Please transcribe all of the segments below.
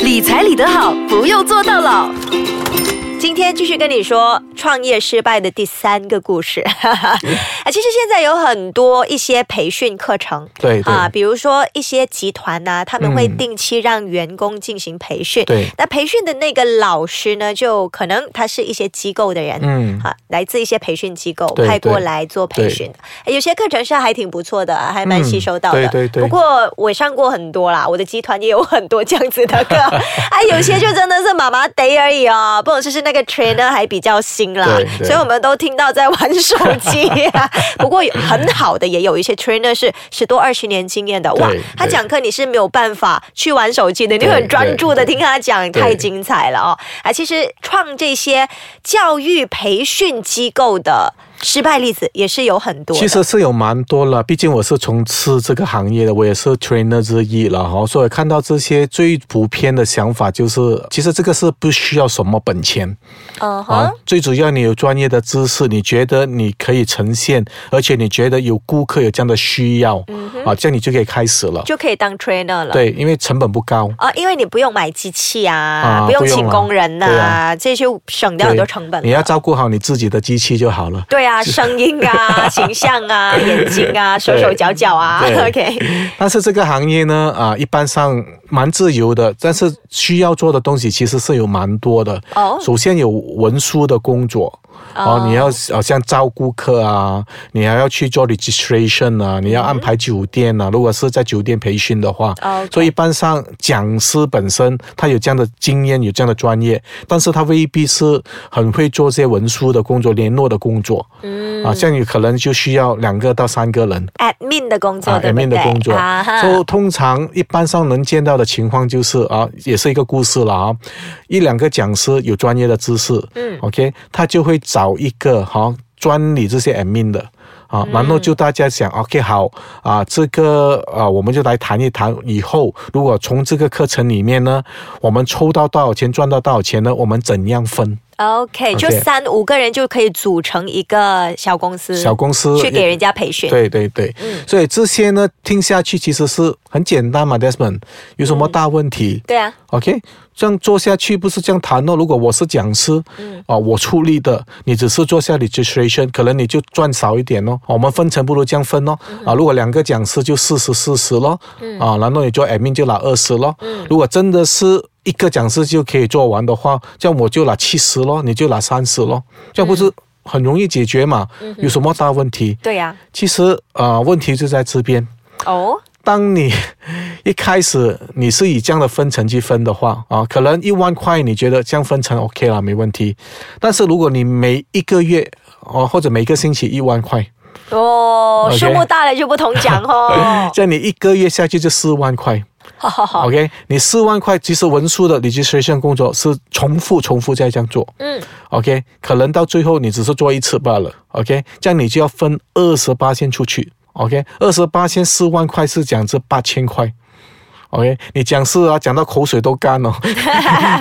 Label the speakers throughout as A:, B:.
A: 理财理得好，不用做到老。
B: 今天继续跟你说创业失败的第三个故事 啊，其实现在有很多一些培训课程，
C: 对对
B: 啊，比如说一些集团呐、他们会
C: 嗯
B: 定期让员工进行培训，
C: 对
B: 那培训的那个老师呢，就可能他是一些机构的人，
C: 嗯
B: 啊，来自一些培训机构
C: 对
B: 派过
C: 对
B: 来做培
C: 对
B: 训的，哎有些课程是还挺不错的，还蛮吸
C: 嗯
B: 收到的。
C: 对对对
B: 不过我上过很多啦，我的集团也有很多这样子的 课，啊，有些就真的是妈妈得而已哦，不过就是那个 trainer 还比较新啦
C: 对，对
B: 所以我们都听到在玩手机、 啊。不过有很好的也有一些 trainer 是十多二十年经验的，哇
C: 对，
B: 他
C: 对
B: 讲课你是没有办法去玩手机的，你
C: 对
B: 很专注的
C: 对
B: 听他讲，
C: 对
B: 太精彩了哦！啊，其实创这些教育培训机构的失败例子也是有很多的。
C: 其实是有蛮多了，毕竟我是从事这个行业的，我也是 trainer 之一了哈。所以看到这些最普遍的想法就是，其实这个是不需要什么本钱
B: 嗯
C: 啊
B: 哼，，
C: 最主要你有专业的知识，你觉得你可以呈现，而且你觉得有顾客有这样的需要啊，这样你就可以开始了。
B: 嗯就可以当 trainer 了。。
C: 对，因为成本不高。
B: 啊，因为你不用买机器啊，
C: 啊
B: 不用
C: 不用
B: 请
C: 了
B: 工人呐、
C: 对啊
B: 这就省掉很多成本了。
C: 对你要照顾好你自己的机器就好了。
B: 对啊， 声音啊，形象啊，眼睛啊，手手脚脚啊
C: 对
B: ，OK，
C: 但是这个行业呢，啊，一般上蛮自由的，但是需要做的东西其实是有蛮多的。
B: 哦
C: 首先有文书的工作。哦，你要好像照顾客啊，你还要去做 registration 啊，你要安排酒店啊。如果是在酒店培训的话，
B: OK
C: 所以一般上讲师本身他有这样的经验，有这样的专业，但是他未必是很会做这些文书的工作、联络的工作。嗯，啊，这样有可能就需要两个到三个人。
B: admin 的工作，
C: 啊
B: 对不对？
C: ，admin 的工作
B: 啊哈，
C: 所以通常一般上能见到的情况就是啊，也是一个故事了啊，一两个讲师有专业的知识，嗯，OK，他就会找一个哈、专理这些 admin 的。
B: 嗯
C: 啊，然后就大家想、o k 好啊，这个啊，我们就来谈一谈，以后如果从这个课程里面呢，我们抽到多少钱，赚到多少钱呢？我们怎样分？
B: OK，就
C: OK
B: 三五个人就可以组成一个小公司，
C: 小公司
B: 去给人家培训。
C: 对对对，
B: 嗯
C: 所以这些呢，听下去其实是很简单嘛，Desmond，
B: 嗯
C: 有什么大问题？
B: 对啊，
C: OK，这样做下去不是这样谈哦。如果我是讲师，嗯，啊，我出力的，你只是做下 registration，可能你就赚少一点哦。我们分成不如这样分哦。啊，如果两个讲师就四十四十咯，啊，然后你做 admin 就拿二十咯。如果真的是一个讲师就可以做完的话，这样我就拿七十咯，你就拿三十咯，这样不是很容易解决嘛？有什么大问题？
B: 对呀、
C: 其实啊、呃问题就在这边。
B: 哦，
C: 当你一开始你是以这样的分成去分的话啊，可能一万块你觉得这样分成 OK 啦，没问题。但是如果你每一个月哦，或者每个星期一万块，
B: 哦，
C: OK
B: 数目大了就不同讲
C: 。
B: 哦
C: 这样你一个月下去就四万块。
B: 好好好，
C: OK，你四万块，其实文书的 registration 工作是重复、重复在这样做。
B: 嗯
C: ，OK，可能到最后你只是做一次罢了。OK，这样你就要分二十八线出去。OK，二十八线四万块是讲这八千块。OK，你讲是啊，讲到口水都干了、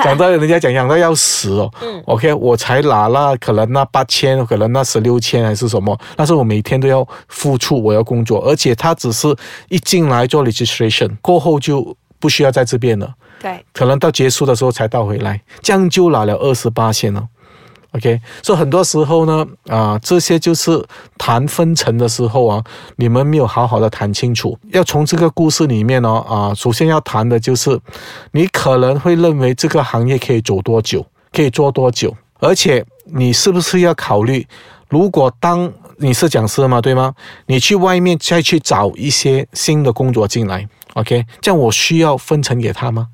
C: 讲到人家讲讲到要死哦。OK，我才拿了可能那八千，可能那十六千还是什么，但是我每天都要付出，我要工作，而且他只是一进来做 registration 过后就不需要在这边了，
B: 对，
C: 可能到结束的时候才到回来，这样就拿了二十八千了。OK，所以很多时候呢，啊、这些就是谈分成的时候啊，你们没有好好的谈清楚。要从这个故事里面呢、啊、首先要谈的就是，你可能会认为这个行业可以走多久，可以做多久，而且你是不是要考虑，如果当你是讲师嘛，对吗？你去外面再去找一些新的工作进来，OK，这样我需要分成给他吗？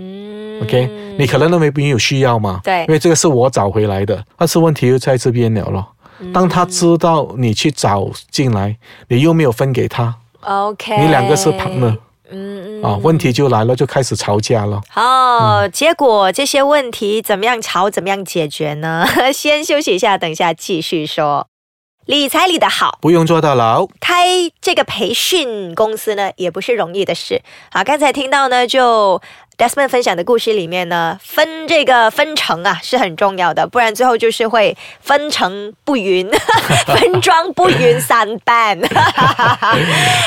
B: 嗯
C: OK，你可能认为你有需要嘛？
B: 对
C: 因为这个是我找回来的，但是问题又在这边了咯。
B: 嗯
C: 当他知道你去找进来，你又没有分给他，
B: OK，
C: 你两个是 partner
B: 哎嗯嗯。
C: 啊，问题就来了，就开始吵架了。
B: 哦，结果这些问 题怎么样吵，怎么样解决呢？先休息一下，等一下继续说。理财理得好。
C: 不用做到老。
B: 开这个培训公司呢，也不是容易的事。好，刚才听到呢，就 Desmond 分享的故事里面呢，分这个分成啊是很重要的，不然最后就是会分成不 匀，分装不匀三半。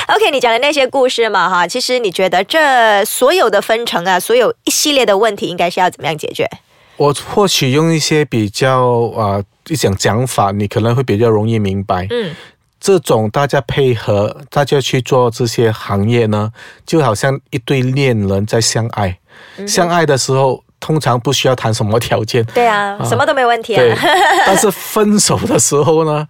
B: OK，你讲的那些故事嘛，哈，其实你觉得这所有的分成啊，所有一系列的问题，应该是要怎么样解决？
C: 我或许用一些比较啊一种讲法，你可能会比较容易明白。
B: 嗯，
C: 这种大家配合，大家去做这些行业呢，就好像一对恋人在相爱。相爱的时候，通常不需要谈什么条件。
B: 对啊，什么都没问题啊。
C: 对，但是分手的时候呢，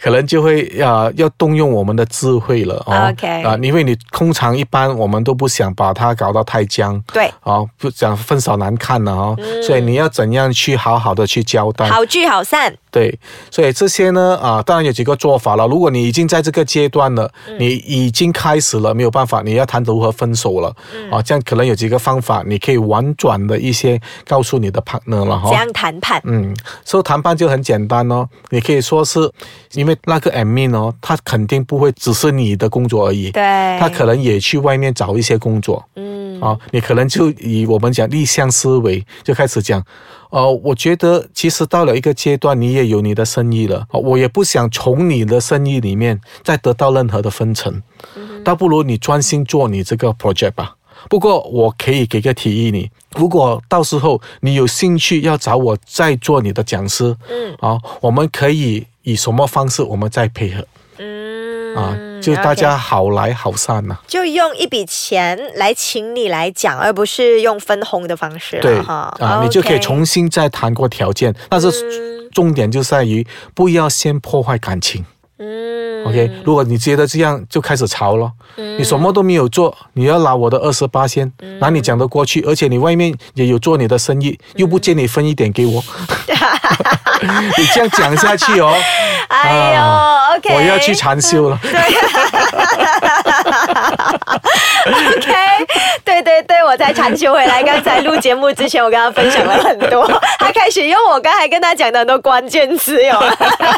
C: 可能就会啊、要动用我们的智慧了哦。
B: OK
C: 啊、因为你通常一般我们都不想把它搞到太僵。
B: 对
C: 哦，不讲分手难看了哦，所以你要怎样去好好的去交代？
B: 嗯好聚好散，
C: 对，所以这些呢，啊，当然有几个做法了。如果你已经在这个阶段了，
B: 嗯
C: 你已经开始了，没有办法，你要谈如何分手了，
B: 嗯
C: 啊，这样可能有几个方法，你可以婉转的一些告诉你的 partner 了哈。
B: 怎样谈判？
C: 嗯，所以谈判就很简单哦，你可以说是因为那个 admin 哦，他肯定不会只是你的工作而已，
B: 对，
C: 他可能也去外面找一些工作，哎嗯，啊，你可能就以我们讲逆向思维就开始讲，呃，我觉得其实到了一个阶段，你也有你的生意了，啊我也不想从你的生意里面再得到任何的分成，倒不如你专心做你这个 project 吧。不过我可以给个提议你，如果到时候你有兴趣要找我再做你的讲师，嗯，啊，我们可以以什么方式我们再配合
B: 嗯
C: 啊，就大
B: OK
C: 家好来好散啊呐、
B: 就用一笔钱来请你来讲，而不是用分红的方式了
C: 对
B: 哈。
C: 啊，你就可以
B: OK
C: 重新再谈过条件，但是重点就在于不要先破坏感情。
B: 嗯
C: OK，如果你觉得这样就开始吵了，你什么都没有做，你要拿我的二十八先，拿你讲得过去，而且你外面也有做你的生意，又不见你分一点给我，你这样讲下去哦，
B: 哎呦、
C: 啊
B: o k
C: 我要去禅修了。
B: OK，对对对，我才禅修回来。刚才录节目之前，我跟他分享了很 多，他开始用我刚才跟他讲的很多关键词哟。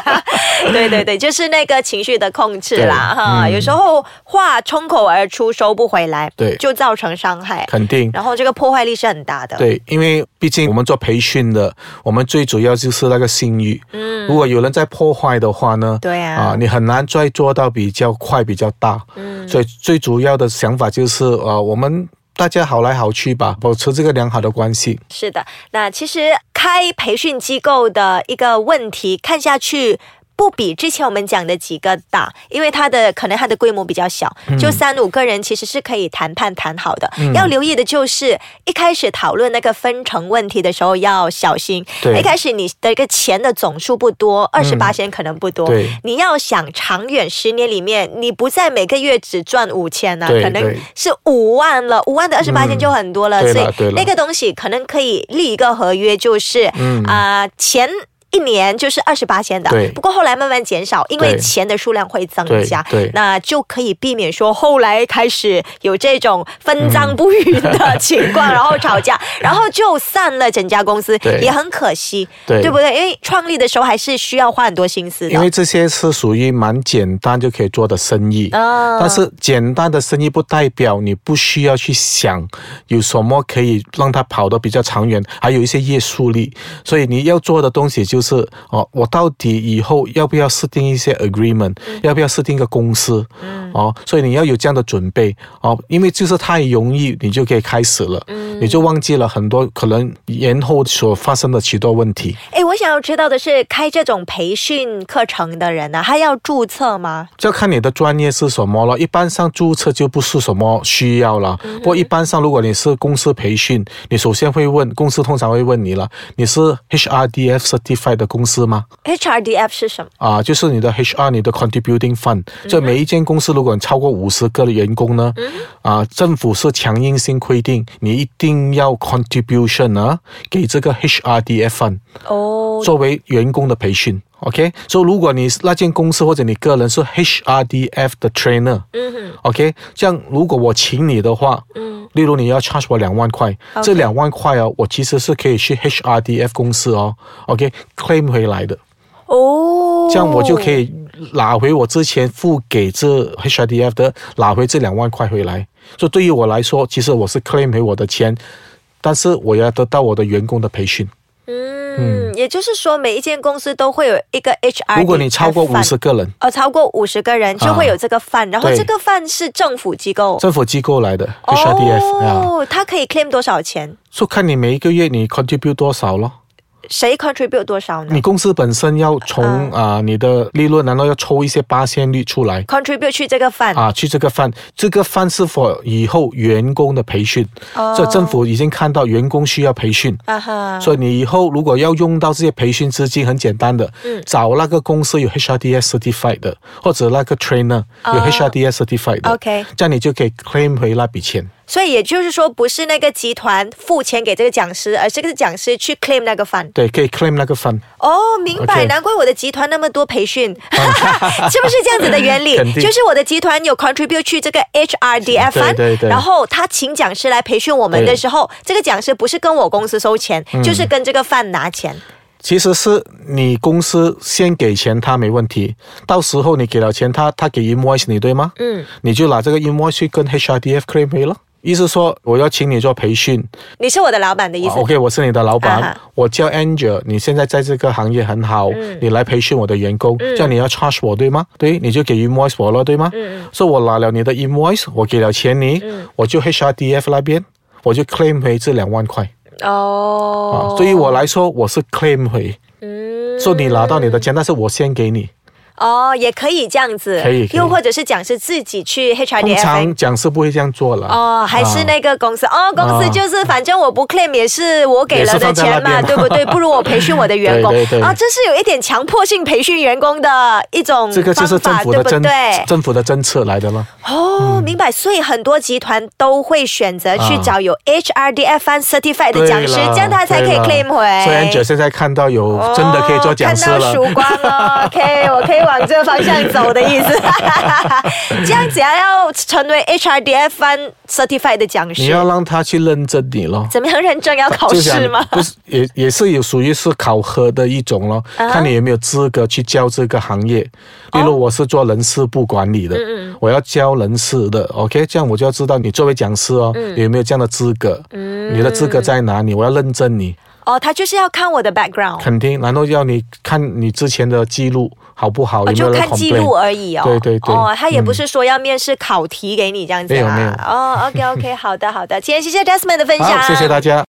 B: 对对对，就是那个情绪的控制啦，
C: 对
B: 哈、
C: 嗯
B: 有时候话冲口而出收不回来，
C: 对
B: 就造成伤害，
C: 肯定，
B: 然后这个破坏力是很大的。，
C: 对，因为毕竟我们做培训的，我们最主要就是那个信誉。嗯，如果有人在破坏的话呢，
B: 对啊
C: 你很难再做到比较快、比较大。嗯，所以最主要的想法就是，呃，我们大家好来好去吧，保持这个良好的关系。
B: 是的，那其实开培训机构的一个问题，看下去。不比之前我们讲的几个大，因为它的可能它的规模比较小，
C: 嗯
B: 就三五个人其实是可以谈判谈好的。要留意的就是一开始讨论那个分成问题的时候要小心。
C: 对嗯
B: 一开始你的一个钱的总数不多，二十八千可能不多。
C: 对
B: 你要想长远，十年里面你不在每个月只赚五千呐，
C: 对
B: 可能
C: 对
B: 是五万了，五万的二十八千
C: 嗯
B: 就很多了。
C: 对了
B: 所以
C: 对了
B: 那个东西可能可以立一个合约，就是啊、
C: 嗯
B: 前。一年就是二十八千的
C: 对，
B: 不过后来慢慢减少，因为
C: 对
B: 钱的数量会增加
C: 对对，
B: 那就可以避免说后来开始有这种分赃
C: 嗯
B: 不匀的情 况，然后吵架，然后就散了整家公司
C: 对，
B: 也很可惜，
C: 对
B: 不对？因为创立的时候还是需要花很多心思的，
C: 因为这些是属于蛮简单就可以做的生意。
B: 啊
C: 但是简单的生意不代表你不需要去想有什么可以让它跑得比较长远，还有一些约束力。所以你要做的东西就是哦，我到底以后要不要设定一些 agreement，、要不要设定一个公司？哦，所以你要有这样的准备哦，因为就是太容易，你就可以开始了，你就忘记了很多可能延后所发生的许多问题。
B: 哎，我想要知道的是，开这种培训课程的人呢、他要注册吗？
C: 就要看你的专业是什么了。一般上注册就不是什么需要了。不过一般上，如果你是公司培训，你首先会问公司，通常会问你了，你是 HRDF certified 的公司吗？
B: HRDF 是什么？
C: 啊，就是你的 HR，你的 contributing fund，就每一间公司如果你超过五十个的员工呢，啊，政府是强硬性规定你一定要 contribution 啊，给这个 HRDF fund。
B: 哦，
C: 作为员工的培训。OK，所、以如果你是那间公司或者你个人是 HRDF 的 trainer，嗯哼，OK，这样如果我请你的话，嗯，例如你要 charge 我两万块这两万块哦，我其实是可以去 HRDF 公司哦，OK claim 回来的，
B: 哦，
C: 这样我就可以拿回我之前付给这 HIDF 的，拿回这两万块回来。所以对于我来说，其实我是 claim 回我的钱，但是我要得到我的员工的培训。
B: 嗯，也就是说，每一间公司都会有一个 HR。
C: 如果你超过五十，个人，
B: 哦，超过五十个人就会有这个饭，然后
C: 对
B: 这个饭是政府机构。
C: 政府机构来的 HIDF 啊，
B: 哦，他可以 claim 多少钱？
C: 就看你每一个月你 contribute 多少咯。
B: 谁 contribute 多少呢
C: 你公司本身要从
B: 嗯
C: 啊、你的利润，难道要抽一些八仙率出来？
B: ？contribute 去这个饭，
C: 啊，去这个饭，这个饭是否以后员工的培训？
B: 哦
C: 这政府已经看到员工需要培训，
B: 啊哈，
C: 所以你以后如果要用到这些培训资金，很简单的，
B: 嗯
C: 找那个公司有 HRDS certified 的，或者那个 trainer 有 HRDS certified 的、
B: 哦 OK
C: 这样你就可以 claim 回那笔钱。
B: 所以也就是说，不是那个集团付钱给这个讲师，而是这个讲师去 claim 那个饭。
C: 对，可以 claim 那个 fund，
B: 哦，明白
C: OK
B: 难怪我的集团那么多培 训，是不是这样子的原理
C: 肯？定
B: 就是我的集团有 contribute 去这个 HRDF
C: 对对对
B: 然后他请讲师来培训我们的时候，这个讲师不是跟我公司收钱，
C: 嗯
B: 就是跟这个饭拿钱。
C: 其实是你公司先给钱他没问题，到时候你给了钱他，他给 invoice 你对吗？
B: 嗯，
C: 你就拿这个 invoice 去跟 HRDF claim 回了。意思说我要请你做培训，
B: 你是我的老板的意
C: 啊
B: 思。
C: OK，我是你的老板，
B: 啊哈嗯
C: 我叫 Angel，你现在在这个行业很好，你来培训我的员工，这样你要 charge 我对吗？对，你就给 invoice 我了对吗？
B: 嗯
C: 所以我拿了你的 invoice，我给了钱你，我就 HRDF 那边。我就 claim 回这两万块啊
B: 哦，
C: 对于我来说，我是 claim 回，
B: 嗯
C: 说你拿到你的钱，但是我先给你。
B: 哦，也可以这样子，
C: 可以可以
B: 又或者是讲师自己去 HRDF。
C: 通常讲师不会这样做了。
B: 哦，还是那个公司、哦，公司
C: 啊
B: 就是反正我不 claim 也是我给了的钱嘛，
C: 也是放在那边嘛
B: 对不对？不如我培训我的员工
C: 对对对
B: 啊，这是有一点强迫性培训员工的一种
C: 这个就是政
B: 方法
C: 府的
B: 对
C: 政
B: 不对？
C: 政府的政策来的了。
B: 哦，明白。所以很多集团都会选择去
C: 啊
B: 找有 HRDF and certified 的
C: 对
B: 讲师，
C: 啦
B: 这样他才可以
C: 对啦
B: claim
C: 所以 a n g
B: 回。
C: 现在看到有真的可以做讲师
B: 哦看到
C: 了。
B: 曙光了，OK，我可以往这个方向走的意 思。这样只要要成为 HRDF and certified 的讲师，
C: 你要让他去认真你咯。
B: 怎么样认证要考
C: 就想
B: 试吗？
C: 不是，也也是有属于是考核的一种咯，
B: 啊
C: 看你有没有资格去教这个行业。例如我是做人事部管理的，
B: 嗯
C: 我要教人事的，OK，这样我就要知道你作为讲师哦，
B: 嗯
C: 有没有这样的资格，你的资格在哪里，我要认证你，
B: 哦，他就是要看我的 background，
C: 肯定，然后要你看你之前的记录好不好，
B: 哦，
C: 有没
B: 就
C: 有人
B: 看记
C: complain
B: 录而已哦。
C: 对对对嗯
B: 哦，他也不是说要面试考题给你这样子啊
C: 没有没有
B: 啦。哦，OK OK，好的好的，今天谢谢 Desmond 的分享，
C: 好，谢谢大家。